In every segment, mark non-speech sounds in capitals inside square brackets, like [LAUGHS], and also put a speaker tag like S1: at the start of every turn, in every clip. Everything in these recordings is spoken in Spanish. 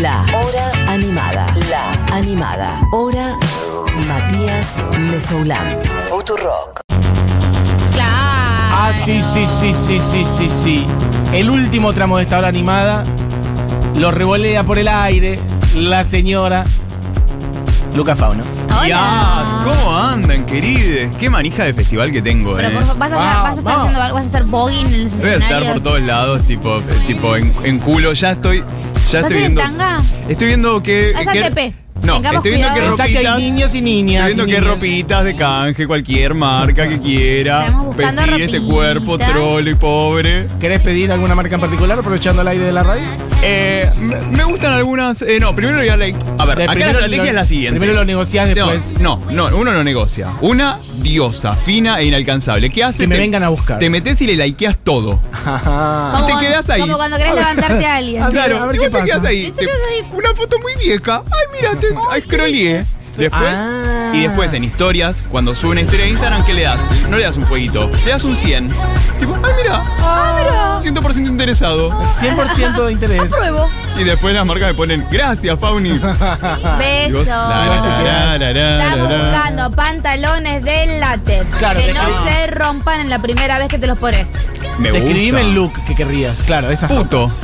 S1: La Hora Animada. La Animada. Hora Matías Mesoulán. Futurock.
S2: Claro.
S3: Ah, sí, sí, sí, sí, sí, sí, sí. El último tramo de esta hora animada lo revolea por el aire la señora Luca Fauno.
S2: Hola.
S4: Yas, ¿cómo andan, querides? Qué manija de festival que tengo,
S2: Pero
S4: eh.
S2: por favor, vas a,
S3: Vamos,
S2: vas a estar
S3: vamos.
S2: haciendo algo, vas a hacer bogey en el
S4: Voy a
S2: escenario.
S4: estar por todos lados, tipo, eh, tipo en, en culo. Ya estoy, ya
S2: ¿Vas
S4: estoy
S2: a ir en
S4: viendo.
S2: tanga?
S4: Estoy viendo que.
S2: Vas a
S4: que-
S2: TP.
S4: No,
S2: Tengamos
S4: estoy viendo
S2: cuidado.
S4: que
S3: Pensá que
S4: ropitas.
S3: hay niñas y niñas.
S4: Estoy viendo
S3: y
S4: que
S3: niños.
S4: ropitas de canje, cualquier marca que quiera.
S2: Estamos buscando
S4: Vestir este
S2: ropitas.
S4: cuerpo trolo y pobre.
S3: ¿Querés pedir alguna marca en particular aprovechando el aire de la radio?
S4: Eh, me, me gustan algunas. eh, no, primero voy a like. A ver,
S3: De-
S4: acá la
S3: primero
S4: estrategia
S3: lo-
S4: es la siguiente.
S3: Primero lo negociás
S4: No,
S3: después.
S4: No, no, uno no negocia. Una diosa, fina e inalcanzable. ¿Qué hace?
S3: Que me
S4: Te-
S3: vengan a buscar.
S4: Te metes y le likeas todo.
S3: Ajá.
S2: Como
S4: te
S2: cuando-
S4: quedás ahí.
S2: Como cuando querés
S4: A ver.
S2: levantarte a alguien.
S3: A ver,
S4: Claro,
S3: ver qué
S4: y vos te
S3: pasa.
S4: quedas ahí.
S2: Yo te quedo ahí.
S4: Una foto muy vieja. Ay, mira, te ay, scrolleé. Después,
S3: Ah.
S4: y después en historias, cuando sube una historia de Instagram, ¿qué le das? No le das un fueguito, le das un 100. Tipo, ay, mira, 100% interesado.
S3: 100% de interés.
S2: Apruebo.
S4: Y después las marcas me ponen, gracias, Fauni. Y
S2: Beso.
S4: vos, Ah, la, la, la, la, la, la,
S2: Estás
S4: la.
S2: buscando pantalones de látex.
S3: Claro,
S2: que
S3: te-
S2: no se rompan en la primera vez que te los pones.
S4: Me gusta.
S3: Describime el look que querrías, claro, esas
S4: Puto,
S3: cosas.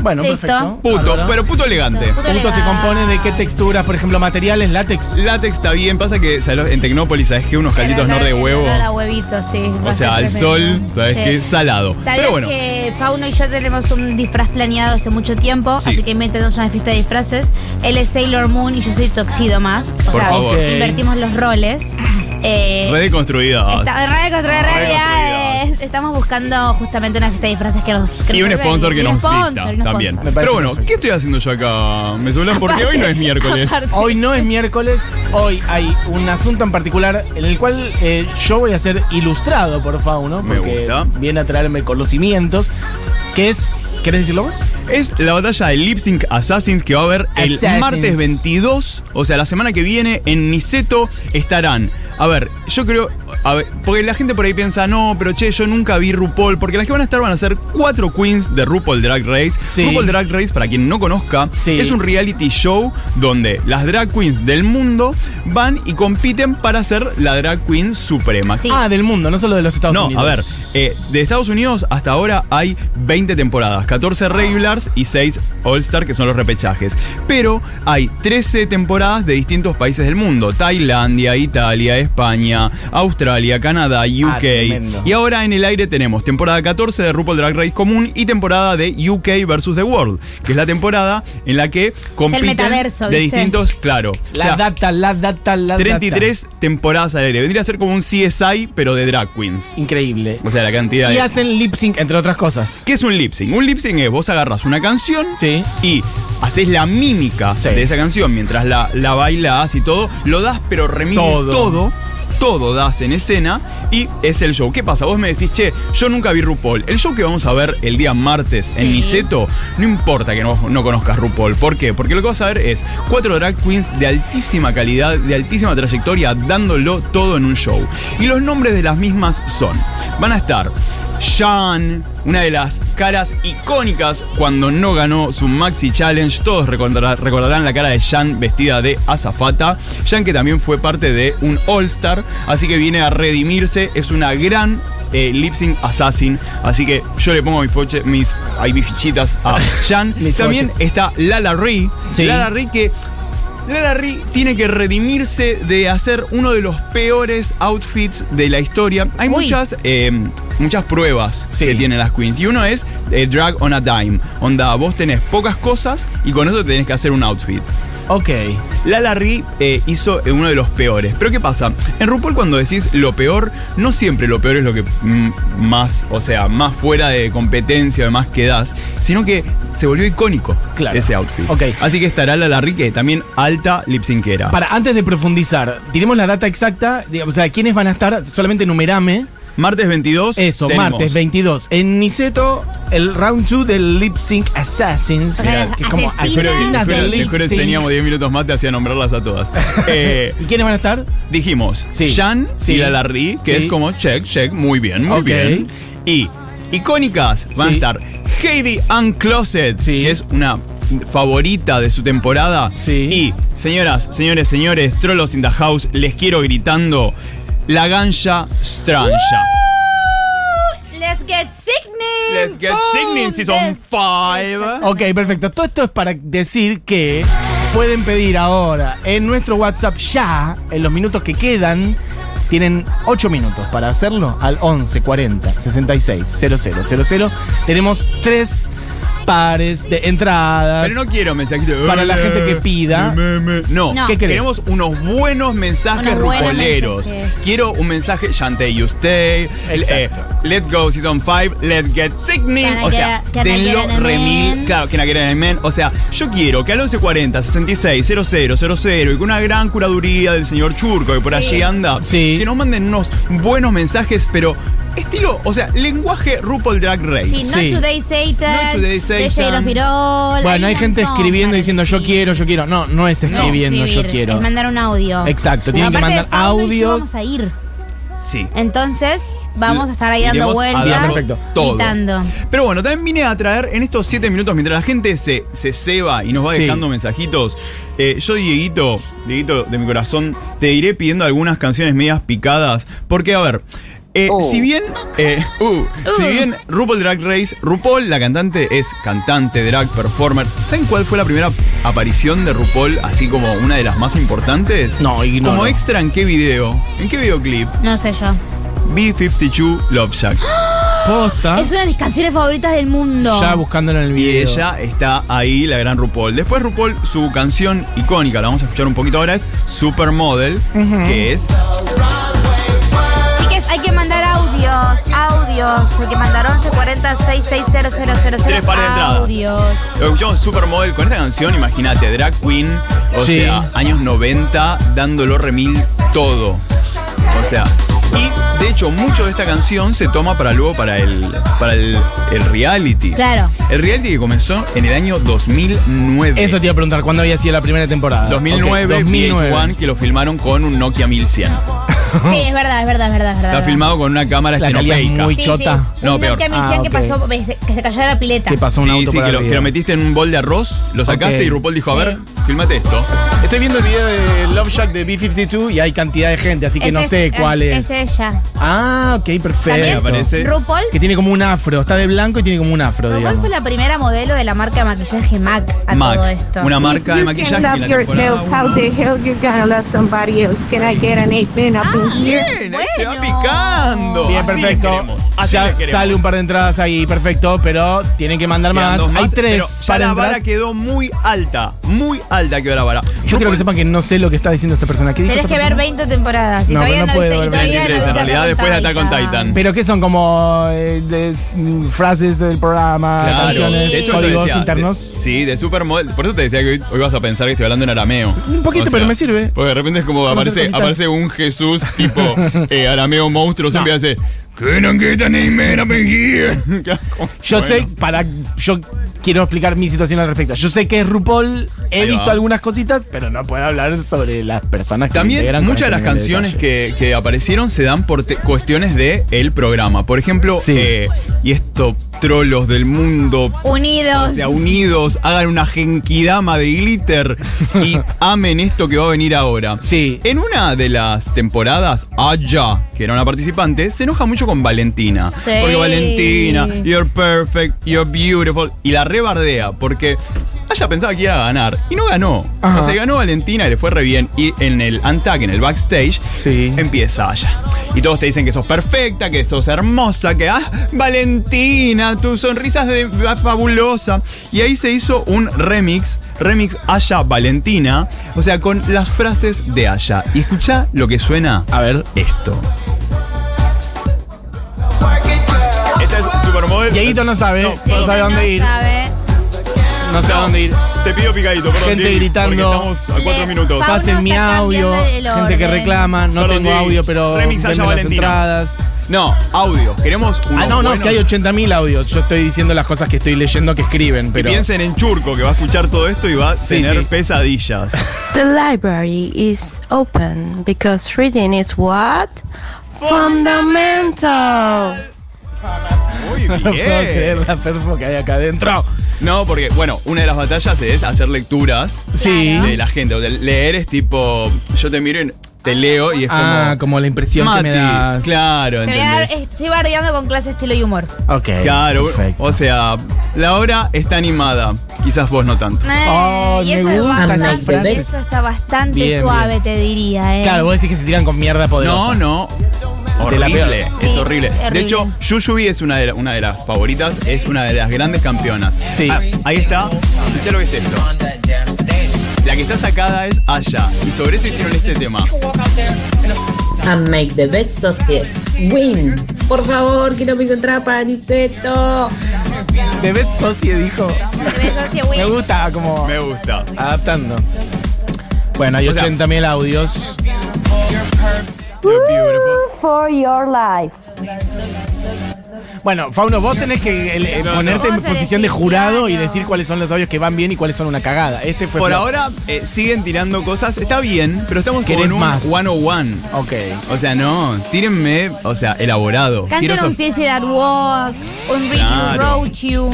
S3: Bueno,
S2: Listo.
S3: perfecto.
S4: puto,
S3: Bárbaro.
S4: pero puto elegante.
S2: Puto
S3: Puto se
S2: elegante.
S3: compone de qué texturas, por ejemplo, materiales, látex.
S4: Látex está bien, pasa que ¿sabes? en Tecnópolis sabes que unos calditos
S2: El
S4: no
S2: olor-
S4: de
S2: el
S4: huevo.
S2: olor a huevitos, sí. va
S4: O
S2: a
S4: sea,
S2: ser
S4: al sol,
S2: tremendo.
S4: ¿sabes
S2: Sí.
S4: qué? Salado.
S2: Sabías
S4: Pero bueno.
S2: que Fauno y yo tenemos un disfraz planeado hace mucho tiempo,
S4: Sí.
S2: así que inventennos una fiesta de disfraces. Él es Sailor Moon y yo soy Toxido más. O
S4: Por
S2: sea,
S4: favor.
S3: Ok.
S2: invertimos los roles. Eh,
S4: Red construida.
S2: esta- Radio Contra
S4: Radio
S2: Realidades. Estamos buscando justamente una fiesta de disfraces que nos. que
S4: Y
S2: nos
S4: un
S2: salve.
S4: sponsor que
S2: Y un
S4: nos
S2: sponsor, y
S4: dicta
S2: un
S4: también. [LAUGHS]
S2: sponsor.
S3: Me parece
S4: Pero bueno,
S3: perfecto.
S4: ¿qué estoy haciendo yo acá? Me suelan porque hoy no es
S2: [LAUGHS]
S4: miércoles.
S2: Aparte-
S3: Hoy no es miércoles, hoy hay un asunto en particular en el cual eh, yo voy a ser ilustrado por Fauno,
S4: Me
S3: porque
S4: gusta.
S3: viene a traerme conocimientos, que es, ¿querés decirlo vos?
S4: Es la batalla de Lip Sync Assassins que va a haber el
S3: Assassins.
S4: martes 22, o sea, la semana que viene en Niceto estarán. A ver, yo creo, a ver, porque la gente por ahí piensa, no, pero che, yo nunca vi RuPaul, porque las que van a estar van a ser cuatro queens de RuPaul Drag Race.
S3: Sí.
S4: RuPaul Drag Race, para quien no conozca,
S3: Sí.
S4: es un reality show donde las drag queens del mundo van y compiten para ser la drag queen suprema.
S2: Sí.
S3: Ah, del mundo, no solo de los Estados
S4: No,
S3: Unidos.
S4: a ver, eh, de Estados Unidos hasta ahora hay 20 temporadas, 14 regulars y 6 All-Star, que son los repechajes. Pero hay 13 temporadas de distintos países del mundo: Tailandia, Italia, España, Australia, Canadá,
S3: Ah, tremendo.
S4: UK. y ahora en el aire tenemos temporada 14 de RuPaul Drag Race Común y temporada de UK versus The World, que es la temporada en la que compiten
S2: metaverso,
S4: de
S2: ¿viste?
S4: distintos, claro. O
S3: La
S4: sea,
S3: data, la data, la data.
S4: 33 temporadas al aire. Vendría a ser como un CSI, pero de drag queens.
S3: Increíble.
S4: O sea, la cantidad
S3: Y
S4: de...
S3: hacen lip sync, entre otras cosas.
S4: ¿Qué es un lip sync? Un lip sync es vos agarras una canción
S3: Sí.
S4: y haces la mímica
S3: Sí.
S4: de esa canción mientras la, la bailas y todo, lo das pero remite
S3: Todo.
S4: todo. todo. das en escena y es el show. ¿Qué pasa? Vos me decís, che, yo nunca vi RuPaul. El show que vamos a ver el día martes
S2: Sí.
S4: en Niceto, no importa que no, no conozcas RuPaul. ¿Por qué? Porque lo que vas a ver es cuatro drag queens de altísima calidad, de altísima trayectoria, dándolo todo en un show. Y los nombres de las mismas son, van a estar Sean, una de las caras icónicas cuando no ganó su Maxi Challenge. Todos recordará- recordarán la cara de Sean vestida de azafata. Sean que también fue parte de un All Star, así que viene a redimirse. Es una gran... eh, lip Sync Assassin, así que yo le pongo mi foche- mis, ay, mis fichitas
S3: [LAUGHS]
S4: a Sean.
S3: Mis
S4: También
S3: foches.
S4: está Lala Ri.
S3: Sí.
S4: Lala Ri que. Lala Ri tiene que redimirse de hacer uno de los peores outfits de la historia. Hay
S2: Uy.
S4: muchas, eh, muchas pruebas
S3: Sí.
S4: que tienen las queens. Y uno es eh, drag on a dime. Onda, vos tenés pocas cosas y con eso tenés que hacer un outfit.
S3: Ok.
S4: Lala Ri eh, hizo eh, uno de los peores. Pero ¿qué pasa? En RuPaul cuando decís lo peor, no siempre lo peor es lo que mm, más, o sea, más fuera de competencia, más que das, sino que se volvió icónico
S3: Claro.
S4: ese outfit.
S3: Ok.
S4: Así que estará Lala Ri, que también alta lipsinquera.
S3: Para, antes de profundizar, tiremos la data exacta, de- o sea, quiénes van a estar, solamente numerame.
S4: Martes 22.
S3: Eso,
S4: tenemos-
S3: martes 22. En Niceto, el round 2 del Lip Sync Assassins.
S2: O sea,
S3: que es como
S2: asesinas
S4: Espero que-
S3: asesinas
S2: del
S4: espero-
S3: del
S4: te
S3: Lip
S4: juro que si
S3: Sync.
S4: teníamos 10 minutos más, te hacía nombrarlas
S3: [LAUGHS]
S4: a todas. Eh,
S3: ¿Y quiénes van a estar?
S4: dijimos,
S3: Sí.
S4: Jean
S3: Sí.
S4: y Lala Ri, que
S3: Sí.
S4: es como check, check, muy bien, muy
S3: Ok.
S4: bien. Y icónicas van
S3: Sí.
S4: a estar Heidi Uncloset,
S3: Sí.
S4: que es una favorita de su temporada.
S3: Sí.
S4: Y, señoras, señores, señores, Trollos in the House, les quiero gritando La Ganja Stranja.
S2: Let's get sickening.
S4: Let's get
S2: Boom,
S4: singing season
S2: let's-
S4: 5.
S3: Ok, perfecto. Todo esto es para decir que pueden pedir ahora en nuestro WhatsApp ya, en los minutos que quedan. Tienen 8 minutos para hacerlo al 11 40 66 000. Tenemos tres pares de entradas.
S4: Pero no quiero mensajes.
S3: Para la gente que pida.
S4: Me, me. No,
S2: No.
S3: ¿Qué querés?
S4: queremos unos buenos mensajes
S2: Unos buenos
S4: rupoleros.
S2: mensajes.
S4: Quiero un mensaje Shantay You Stay.
S3: Exacto.
S4: eh, let's go Season 5. Let's get sickening.
S2: Can I
S4: O
S2: get
S4: sea,
S2: a- can I
S4: tenlo
S2: get an
S4: remil.
S2: amen?
S4: Claro, que amen. O sea, yo quiero que al 1140 66 000 y con una gran curaduría del señor Churco que por
S2: Sí.
S4: allí anda,
S3: Sí.
S4: que nos manden unos buenos mensajes, pero estilo, o sea, lenguaje RuPaul Drag Race.
S2: Sí, not
S3: Sí.
S2: today Satan.
S4: Not today,
S2: The Shade
S4: Satan.
S2: of It All.
S3: Bueno, hay
S2: un
S3: gente
S2: montón
S3: escribiendo
S2: para
S3: diciendo yo
S2: escribir.
S3: quiero, yo quiero. No, no es
S2: No es
S3: escribiendo yo
S2: escribir,
S3: quiero.
S2: Es mandar un audio.
S3: Exacto, tienen que
S2: Aparte,
S3: mandar
S2: Fauno y yo
S3: audios.
S2: Vamos a ir.
S4: Sí.
S2: Entonces, vamos a estar ahí dando
S4: Iremos a
S2: vueltas.
S4: darnos
S3: Perfecto.
S4: todo.
S2: Gritando.
S4: Pero bueno, también vine a traer en estos 7 minutos, mientras la gente se, se ceba y nos va
S3: Sí.
S4: dejando mensajitos, eh, yo, Dieguito, Dieguito de mi corazón, te iré pidiendo algunas canciones medias picadas, porque, a ver. eh,
S1: Oh.
S4: Si bien, eh, uh, si bien RuPaul Drag Race, RuPaul la cantante es cantante, drag performer. ¿Saben cuál fue la primera aparición de RuPaul, así como una de las más importantes?
S3: No, ignoro.
S4: Como extra en qué video, en qué videoclip,
S2: No sé yo.
S4: B52 Love Shack. Ah.
S3: Posta.
S2: Es una de mis canciones favoritas del mundo.
S3: Ya buscándolo en el
S4: Y
S3: video.
S4: ella está ahí, la gran RuPaul. Después RuPaul, su canción icónica, la vamos a escuchar un poquito ahora, es Supermodel, que es...
S2: Chiques, hay que mandar audios. Audios. Hay que mandar 1140 660000
S4: Tres pares de entradas.
S2: Audios.
S4: Lo escuchamos Supermodel con esta canción, imagínate, Drag Queen, o
S3: Sí.
S4: sea, años 90, dándolo remil todo. O sea, y de hecho mucho de esta canción se toma para luego para el, para el, el reality.
S3: [LAUGHS]
S2: Claro.
S4: El reality que comenzó en el año 2009.
S3: Eso te iba a preguntar, ¿cuándo había sido la primera temporada?
S4: 2009,
S3: Ok, 2009.
S4: VH1, que lo filmaron con un Nokia 1100.
S2: Sí, es verdad, es verdad, es verdad. Es verdad
S4: Está filmado con una cámara
S3: La calidad es
S4: estenopeica.
S3: muy
S2: Sí,
S3: chota.
S2: sí.
S4: No,
S2: Un
S4: peor.
S2: Nokia 1100
S3: Ah,
S2: que
S3: ok.
S2: pasó, que se cayó de la pileta.
S3: Que pasó un
S4: Sí,
S3: auto
S4: sí,
S3: para
S4: que lo,
S3: arriba.
S4: que lo metiste en un bol de arroz, lo sacaste
S3: Ok.
S4: y RuPaul dijo, a ver,
S2: Sí.
S4: filmate esto.
S3: Estoy viendo el video de Love Shack de B52 y hay cantidad de gente, así que no
S2: Ese-
S3: sé
S2: eh,
S3: cuál es.
S2: Es ella.
S3: Ah, ok,
S2: También
S3: perfecto.
S4: Aparece- Sí.
S2: RuPaul.
S3: Que tiene como un afro, está de blanco y tiene como un afro,
S2: RuPaul
S3: digamos.
S2: fue la primera modelo de la marca de maquillaje MAC a
S4: Mac,
S2: todo esto.
S4: una marca de
S5: you
S4: maquillaje
S5: can
S4: que
S5: love
S4: la temporada
S5: yourself, how
S4: uno-
S5: the hell you gonna love somebody else? Can I get an amen up in here?
S4: Bien, ahí se va
S2: Bueno.
S4: picando.
S3: Bien,
S4: Así la
S3: perfecto.
S4: queremos, así la
S3: Ya
S4: queremos.
S3: sale un par de entradas ahí, perfecto, pero tienen que mandar
S4: Quedan
S3: más.
S4: dos
S3: Hay
S4: pero
S3: tres
S4: ya
S3: para
S4: la
S3: entrar.
S4: vara quedó muy alta, muy alta quedó la vara.
S3: Yo quiero
S4: RuPaul-
S3: que sepan que no sé lo que está diciendo esa persona. ¿Qué dijo
S2: Tenés
S3: esa
S2: que ver
S3: persona?
S2: 20 temporadas. Y
S3: No,
S2: todavía
S3: pero no
S2: no,
S3: puedo
S2: viste- y
S3: ver
S2: todavía
S4: 23
S2: no
S4: en
S2: viste
S4: realidad,
S2: Attack
S4: después de Attack on Titan.
S3: Pero que son como eh, de- mm, frases del programa,
S4: Claro,
S3: Ah, canciones,
S4: de hecho, te
S3: códigos
S4: decía,
S3: internos.
S4: de- sí, de supermodel. Por eso te decía que hoy, hoy vas a pensar que estoy hablando en arameo.
S3: Un poquito, pero me sirve.
S4: Porque de repente es como
S3: Vamos a hacer
S4: aparece,
S3: cositas.
S4: aparece un Jesús tipo
S3: [LAUGHS]
S4: eh, arameo monstruo, siempre hace. "Can I get an amen up in [LAUGHS] here?"
S3: Yo
S4: Bueno.
S3: sé, para. Yo quiero explicar mi situación al respecto. Yo sé que es RuPaul, he
S4: Ahí
S3: visto
S4: va.
S3: algunas cositas, pero no puedo hablar sobre las personas que este
S4: También muchas de las canciones que, que aparecieron se dan por te- cuestiones de el programa. Por ejemplo,
S3: Sí.
S4: eh, y esto, trolos del mundo,
S2: Unidos.
S4: o sea, unidos, hagan una genkidama de glitter y amen esto que va a venir ahora.
S3: Sí.
S4: En una de las temporadas, Aya, que era una participante, se enoja mucho con Valentina.
S2: Sí.
S4: Porque Valentina, you're perfect, you're beautiful. Y la rebardea porque Aya pensaba que iba a ganar y no ganó.
S3: Ajá.
S4: O sea, ganó Valentina y le fue re bien. Y en el Antac, en el backstage,
S3: Sí.
S4: empieza Aya. Y todos te dicen que sos perfecta, que sos hermosa, que ah, Valentina, tu sonrisa es de- ah, fabulosa. Y ahí se hizo un remix, remix Aya Valentina, o sea, con las frases de Aya. Y escucha lo que suena
S3: A ver.
S4: esto. Esta es Supermodel.
S3: Dieguito no sabe, no,
S2: Ella
S3: sabe dónde ir,
S2: sabe.
S3: no sabe dónde ir.
S4: Te pido picadito, perdón,
S3: Gente
S4: Diego,
S3: gritando.
S4: porque Estamos a cuatro
S2: Le-
S4: minutos.
S2: Pablo
S3: Pasen mi
S2: está
S3: audio,
S2: cambiando el
S3: gente que
S2: orden.
S3: reclama, no
S4: Perdón,
S3: tengo
S4: Diego.
S3: audio, pero
S4: Remix Haya
S3: denme las
S4: Valentina.
S3: entradas.
S4: No, audio. Queremos un.
S3: Ah, no, no, es que hay 80.000 audios. Yo estoy diciendo las cosas que estoy leyendo que escriben, pero.
S4: Piensen en Churco que va a escuchar todo esto y va a
S3: Sí,
S4: tener
S3: sí. [LAUGHS]
S4: pesadillas.
S6: The library is open because reading is what? Fundamental!
S4: Muy
S3: No puedo creer la perfo que hay acá adentro.
S4: No, porque, bueno, una de las batallas es hacer lecturas
S3: Sí.
S4: de la gente. O sea, leer es tipo, yo te miro y te leo y es como.
S3: Ah, como la impresión que me
S4: Mati,
S3: das.
S4: Claro,
S2: Te voy a dar-
S4: ¿entendés?
S2: estoy bardeando con clase, estilo y humor.
S3: Ok.
S4: Claro,
S3: perfecto.
S4: o sea, la obra está animada, quizás vos no tanto.
S2: Eh,
S3: Oh,
S2: y
S3: me
S2: eso, es
S3: gustan
S7: esas
S2: bastante-
S7: frases.
S2: eso está bastante
S3: Bien, bien.
S2: suave, te diría. Eh.
S3: Claro, vos decís que se tiran con mierda
S4: No,
S3: poderosa.
S4: no.
S3: De la peor.
S4: Horrible, es
S2: Sí,
S4: horrible.
S2: es horrible.
S4: De hecho, Yuyubi es una de, la- una de las favoritas, es una de las grandes campeonas.
S3: Sí.
S4: Ah, ahí está. Escuchá lo que es esto. La que está sacada es Aya. Y sobre eso hicieron este tema.
S7: And make the best society win. Por favor, que no me hizo trampa, Niceto.
S3: Te ves socio, dijo.
S2: Te ves así, güey.
S3: Me gusta como
S4: Me gusta.
S3: Pues adaptando. Bueno, hay
S4: O sea-
S3: 80.000 audios.
S4: You're beautiful.
S3: Bueno, Fauno, vos tenés que el- eh,
S4: No, no.
S3: ponerte en
S2: Vos eres
S3: posición de jurado y
S2: cristiano.
S3: decir cuáles son los audios que van bien y cuáles son una cagada. Este fue
S4: Por
S3: flop.
S4: ahora eh, siguen tirando cosas. Está bien, pero estamos
S3: Querés
S4: con un
S3: más.
S4: 101.
S3: Ok.
S4: O sea, no, tírenme, o sea, elaborado. Quiero
S2: Canten un
S4: esos-
S2: CC That Walk, un Ricky
S4: Claro.
S2: Roach You.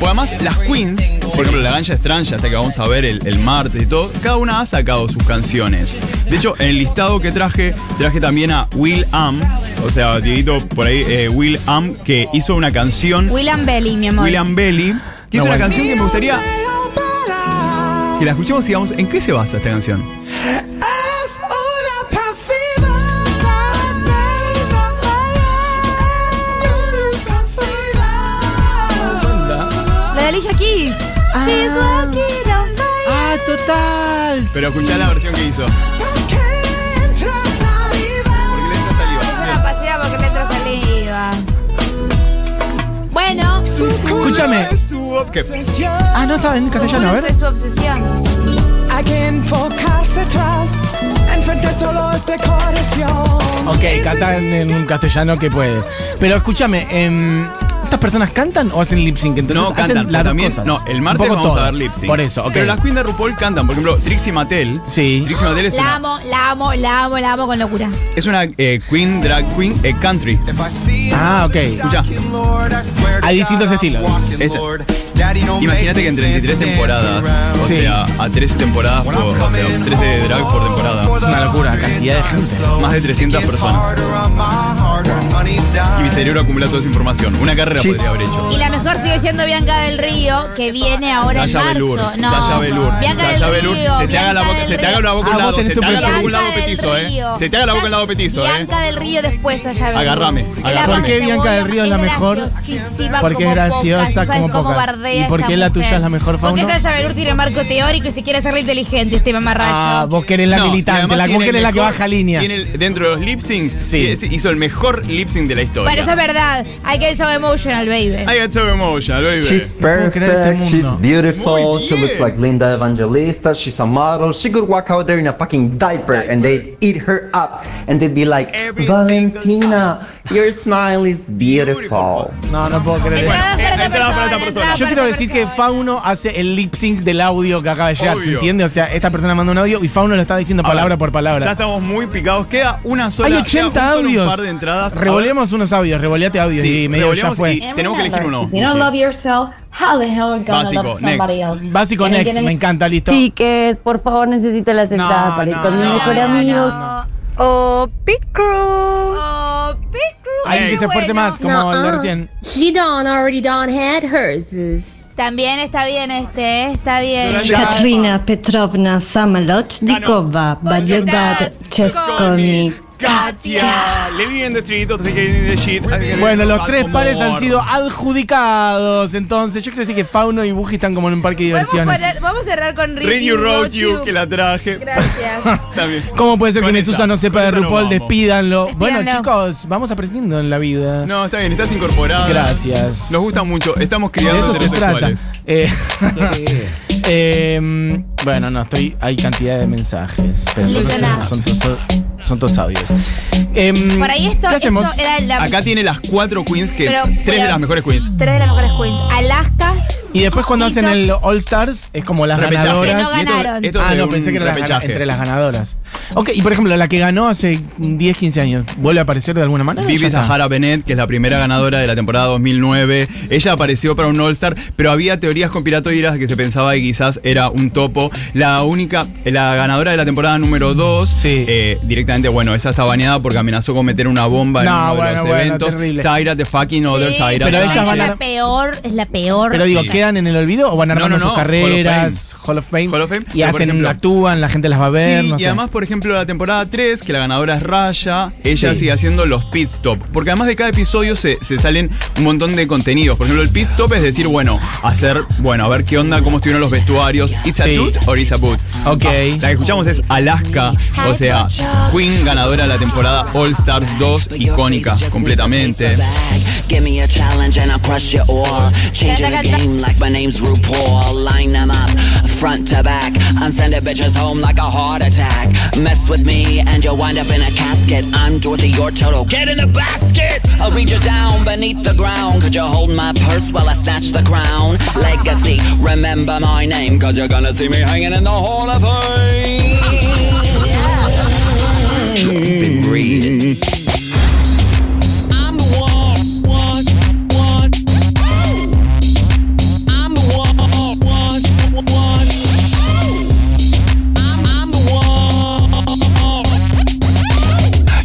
S4: Pues además, las queens, por ejemplo, la Ganja Strange, hasta que vamos a ver el, el martes y todo, cada una ha sacado sus canciones. De hecho, en el listado que traje, traje también a Will Am, o sea, Dieguito, por ahí, eh, Will Am, que hizo una canción,
S2: William Belly, mi amor.
S4: William Belly, que
S3: No,
S4: hizo una
S3: bueno.
S4: canción que me gustaría que la escuchemos y digamos, ¿en qué se basa esta canción?
S2: La de Alicia Keys. She's what you don't like.
S3: Ah, total.
S4: Pero escuchá la versión que hizo. Porque le entra
S2: Es
S4: saliva.
S2: una pasea porque letra saliva. Bueno,
S3: Escúchame.
S4: Que-
S3: Ah, no, estaba en castellano, a
S2: seguro fue
S3: ver.
S2: su obsesión.
S3: Ok, canta en, en un castellano que puede. Pero escúchame, em, ¿estas personas cantan o hacen lip sync? Entonces
S4: No, cantan.
S3: hacen las
S4: pero
S3: dos
S4: también,
S3: cosas.
S4: No, el
S3: Un
S4: martes
S3: poco
S4: vamos
S3: todo.
S4: a ver lip sync.
S3: Por eso, ok.
S4: Pero las Queen de RuPaul cantan. Por ejemplo, Trixie Mattel.
S3: Sí.
S4: Trixie Mattel es
S2: La
S4: una,
S2: amo, la amo, la amo, la amo con locura.
S4: es una eh, Queen, drag queen, eh, country.
S3: Ah, ok.
S4: Escucha,
S3: Hay distintos estilos.
S4: esta. Imagínate que en 33 temporadas, o
S3: Sí.
S4: sea, a 13 temporadas, por, o sea, 13 drag por
S3: Es una
S4: temporada.
S3: locura, cantidad de gente.
S4: Más de 300 personas. Y mi cerebro acumula toda esa información. Una carrera podría haber hecho.
S2: Y la mejor sigue siendo Bianca del Río, que viene ahora
S4: Sasha
S2: en marzo.
S4: Velour.
S2: No,
S4: Sasha Velour.
S2: Bianca
S4: Sasha
S2: del
S4: Velour.
S2: Río.
S4: Se te haga la
S2: Bianca
S4: boca,
S2: del
S4: se te
S2: Río.
S4: haga la boca
S3: Ah,
S4: un
S3: vos
S4: lado.
S3: tenés
S4: Se
S3: tu
S4: te haga la boca un
S2: Bianca
S4: lado
S2: del
S4: petizo, eh.
S2: Río.
S4: Se te haga la boca un lado
S2: Sas-
S4: petizo, eh.
S2: Bianca del Río después Sasha Velour.
S4: Agárrame,
S2: Es
S4: agárrame.
S2: la
S4: ¿Por
S3: qué
S2: más
S3: Bianca del
S2: Velour
S3: Río es la mejor?
S2: graciosísima
S3: Porque es
S2: como pocas,
S3: graciosa
S2: ¿sabes
S3: como
S2: cómo
S3: pocas.
S2: bardea
S3: ¿Y por
S2: esa
S3: qué la tuya
S2: mujer?
S3: es la mejor,
S2: Porque
S3: Fauno?
S2: Sasha Velour tiene marco teórico y se quiere hacer re inteligente este mamarracho.
S3: Ah, vos querés la
S4: No, y
S3: militante,
S4: además
S3: la, vos
S4: tiene
S3: querés la que
S4: mejor-
S3: baja línea.
S4: tiene el- dentro de los lip sync,
S3: Sí.
S4: que es- hizo el mejor lip sync de la historia.
S2: Bueno, eso es verdad. I get so emotional, baby.
S4: I got some emotion, baby.
S8: She's
S3: puedo creer este
S8: perfect, she's
S3: mundo.
S8: beautiful,
S4: Muy
S8: she
S4: bien.
S8: looks like Linda Evangelista, she's a model. She could walk out there in a fucking diaper and they'd eat her up and they'd be like,
S4: Every
S8: Valentina, your smile is beautiful.
S3: No, no puedo
S2: Entradas
S3: creer eso.
S4: Bueno,
S2: para otra
S4: entradas para
S2: persona,
S4: otra persona.
S2: entradas
S3: Yo
S2: para
S3: quiero
S2: otra
S3: decir que
S2: persona.
S3: Fauno hace el lip sync del audio que acaba de llegar, ¿se
S4: Obvio.
S3: entiende? O sea, esta persona manda un audio y Fauno lo está diciendo
S4: A ver,
S3: palabra por palabra.
S4: Ya estamos muy picados. Queda una sola.
S3: Hay
S4: queda
S3: 80
S4: un solo
S3: audios.
S4: Un par de entradas. A ver,
S3: Revoleemos unos audios, revoleate audios
S4: Sí,
S3: y medio ya
S4: revoleamos
S3: fue.
S4: y tenemos que elegir uno.
S9: yourself, how the hell are you
S4: gonna Básico, love somebody next.
S9: else?
S3: Básico Next, me encanta, listo.
S10: Chiques, por favor, necesito las
S3: No,
S10: entradas para ir
S3: no,
S10: con mi
S3: no,
S10: mejor
S3: no,
S10: amigo.
S2: no.
S6: Oh, Picro.
S2: Oh, Pedro.
S3: Alguien que se esfuerce
S2: Bueno, ah.
S3: más, como el de recién.
S10: She done already done had hers.
S2: También está bien este, está bien.
S4: Durante-
S2: Ya.
S10: Katrina Petrovna Samolotnikova, Valyodat
S2: Valyodat
S10: Cheskovnik.
S4: Katia. Le vienen de street, otros que vienen de shit.
S3: Bueno, los tres pares han sido adjudicados. Entonces, yo quiero decir que Fauno y Buji están como en un parque de
S2: Podemos
S3: diversiones.
S2: poner- Vamos a cerrar con Read,
S4: Read You Wrote You, que la traje. [LAUGHS]
S2: Gracias.
S4: También.
S3: ¿Cómo puede ser que
S4: Con
S3: Mesusa
S4: esa,
S3: no sepa
S4: con
S3: de
S4: esa nos
S3: RuPaul?
S4: vamos.
S3: Despídanlo. Bueno,
S2: Despídanlo.
S3: chicos, vamos aprendiendo en la vida.
S4: No, está bien, estás incorporada.
S3: Gracias.
S4: Nos gusta mucho. Estamos
S3: De
S4: criando
S3: eso se trata.
S4: heterosexuales.
S3: Eh,
S2: [LAUGHS]
S3: eh, [LAUGHS] bueno, no, estoy. Hay cantidad de mensajes. Pero son,
S2: Literal.
S3: son todos- son todos audios. Em,
S2: Por ahí esto,
S3: ¿Qué hacemos?
S2: esto era la
S4: Acá tiene las cuatro queens que.
S2: Pero-
S4: tres
S2: pero-
S4: de las mejores queens.
S2: tres de las mejores queens. Alaska,
S3: Y después cuando hacen el
S2: TikToks.
S3: All Stars, es como las
S4: Repechaje.
S3: ganadoras.
S2: Que no ganaron.
S4: Y esto- esto
S3: ah,
S4: es de
S3: no,
S4: un
S3: pensé que era las gana-
S4: repechaje.
S3: entre las ganadoras. Ok, y por ejemplo, la que ganó hace 10, 15 años, ¿vuelve a aparecer de alguna manera? Ya
S4: Vivi
S3: está.
S4: Sahara Bennett, que es la primera ganadora de la temporada 2009. Ella apareció para un All-Star, pero había teorías conspiratorias que se pensaba que quizás era un topo. La única, la ganadora de la temporada número 2,
S3: Sí.
S4: directamente, bueno, esa está baneada porque amenazó con meter una bomba en
S3: No,
S4: uno de
S3: bueno,
S4: los
S3: bueno,
S4: eventos.
S3: terrible.
S4: Tyra the fucking other
S2: Sí,
S4: Tyra.
S3: Pero
S2: es
S3: ellas van a-
S2: la peor, es la peor.
S3: Pero digo,
S4: Sí.
S3: ¿quedan en el olvido o van
S4: No,
S3: armando
S4: no, no,
S3: sus carreras, Hall of Fame?
S4: Hall of Fame,
S3: Y
S4: pero por
S3: hacen,
S4: ejemplo-
S3: actúan, la gente las va a ver,
S4: sí,
S3: no
S4: y
S3: sé.
S4: además, por ejemplo, la temporada 3, que la ganadora es Raya, ella
S3: Sí.
S4: sigue haciendo los pit stop. Porque además de cada episodio se, se salen un montón de contenidos. Por ejemplo, el pit stop es decir, bueno, hacer, bueno, a ver qué onda, cómo estuvieron los vestuarios. ¿It's a
S3: Sí.
S4: toot or it's a boot?
S3: Ok.
S4: Ah, la que escuchamos es Alaska, o sea, Queen ganadora de la temporada All Stars 2, icónica completamente.
S1: Give me a challenge and I'll crush you all. Changing the game like my name's RuPaul. Line them up, front to back. I'm sending bitches home like a heart attack. Mess with me and you'll wind up in a casket. I'm Dorothy, your turtle. Get in the basket! I'll read you down beneath the ground. Could you hold my purse while I snatch the crown? Legacy, remember my name, cause you're gonna see me hanging in the Hall of Fame. Been reading.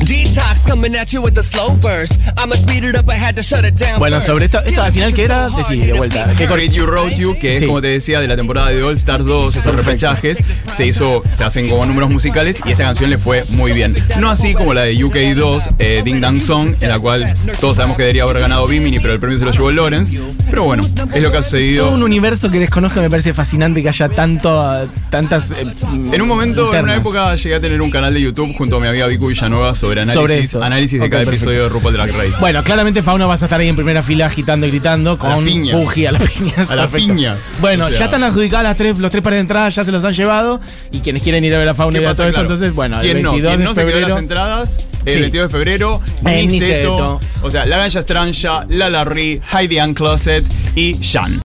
S11: Detox coming at you with a slow burst. I'ma speed it up, I had to shut it down.
S3: Bueno,
S11: first.
S3: sobre esto, esto al final que era, decí, de vuelta. ¿Qué cor-
S4: Great You Wrote You, que es
S3: Sí.
S4: como te decía de la temporada de All Star 2, esos repechajes, se hizo, se hacen como números musicales y esta canción le fue muy bien. No así como la de UK 2, eh, Ding Dang Song, en la cual todos sabemos que debería haber ganado Bimini, pero el premio se lo llevó Lawrence. Pero bueno, es lo que ha
S3: Todo un
S4: sucedido.
S3: universo que desconozco me parece fascinante que haya tanto, tantas. eh,
S4: En un momento, en una
S3: internas.
S4: época, llegué a tener un canal de YouTube junto a mi amiga Vicu Villanueva sobre análisis,
S3: Sobre eso.
S4: análisis de
S3: Ok,
S4: cada
S3: perfecto.
S4: episodio de RuPaul Drag Race.
S3: Bueno, claramente Fauno vas a estar ahí en primera fila agitando y gritando con
S4: la piña.
S3: Buji a la piña.
S4: A la piña.
S3: Bueno,
S4: O sea-
S3: ya están adjudicadas las tres, los tres pares de entradas, ya se los han llevado. Y quienes quieren ir a ver a Fauno
S4: ¿Qué
S3: y a
S4: pasa?
S3: todo esto,
S4: Claro.
S3: entonces, bueno, el
S4: ¿Quién no?
S3: 22
S4: ¿Quién
S3: de
S4: no se quedó
S3: febrero.
S4: las entradas? El
S3: Sí.
S4: 22 de febrero,
S3: Eh,
S4: Niceto,
S3: Niceto.
S4: o sea, La Ganja Strancha, La Larry, Heidi Ann Closet y Jan.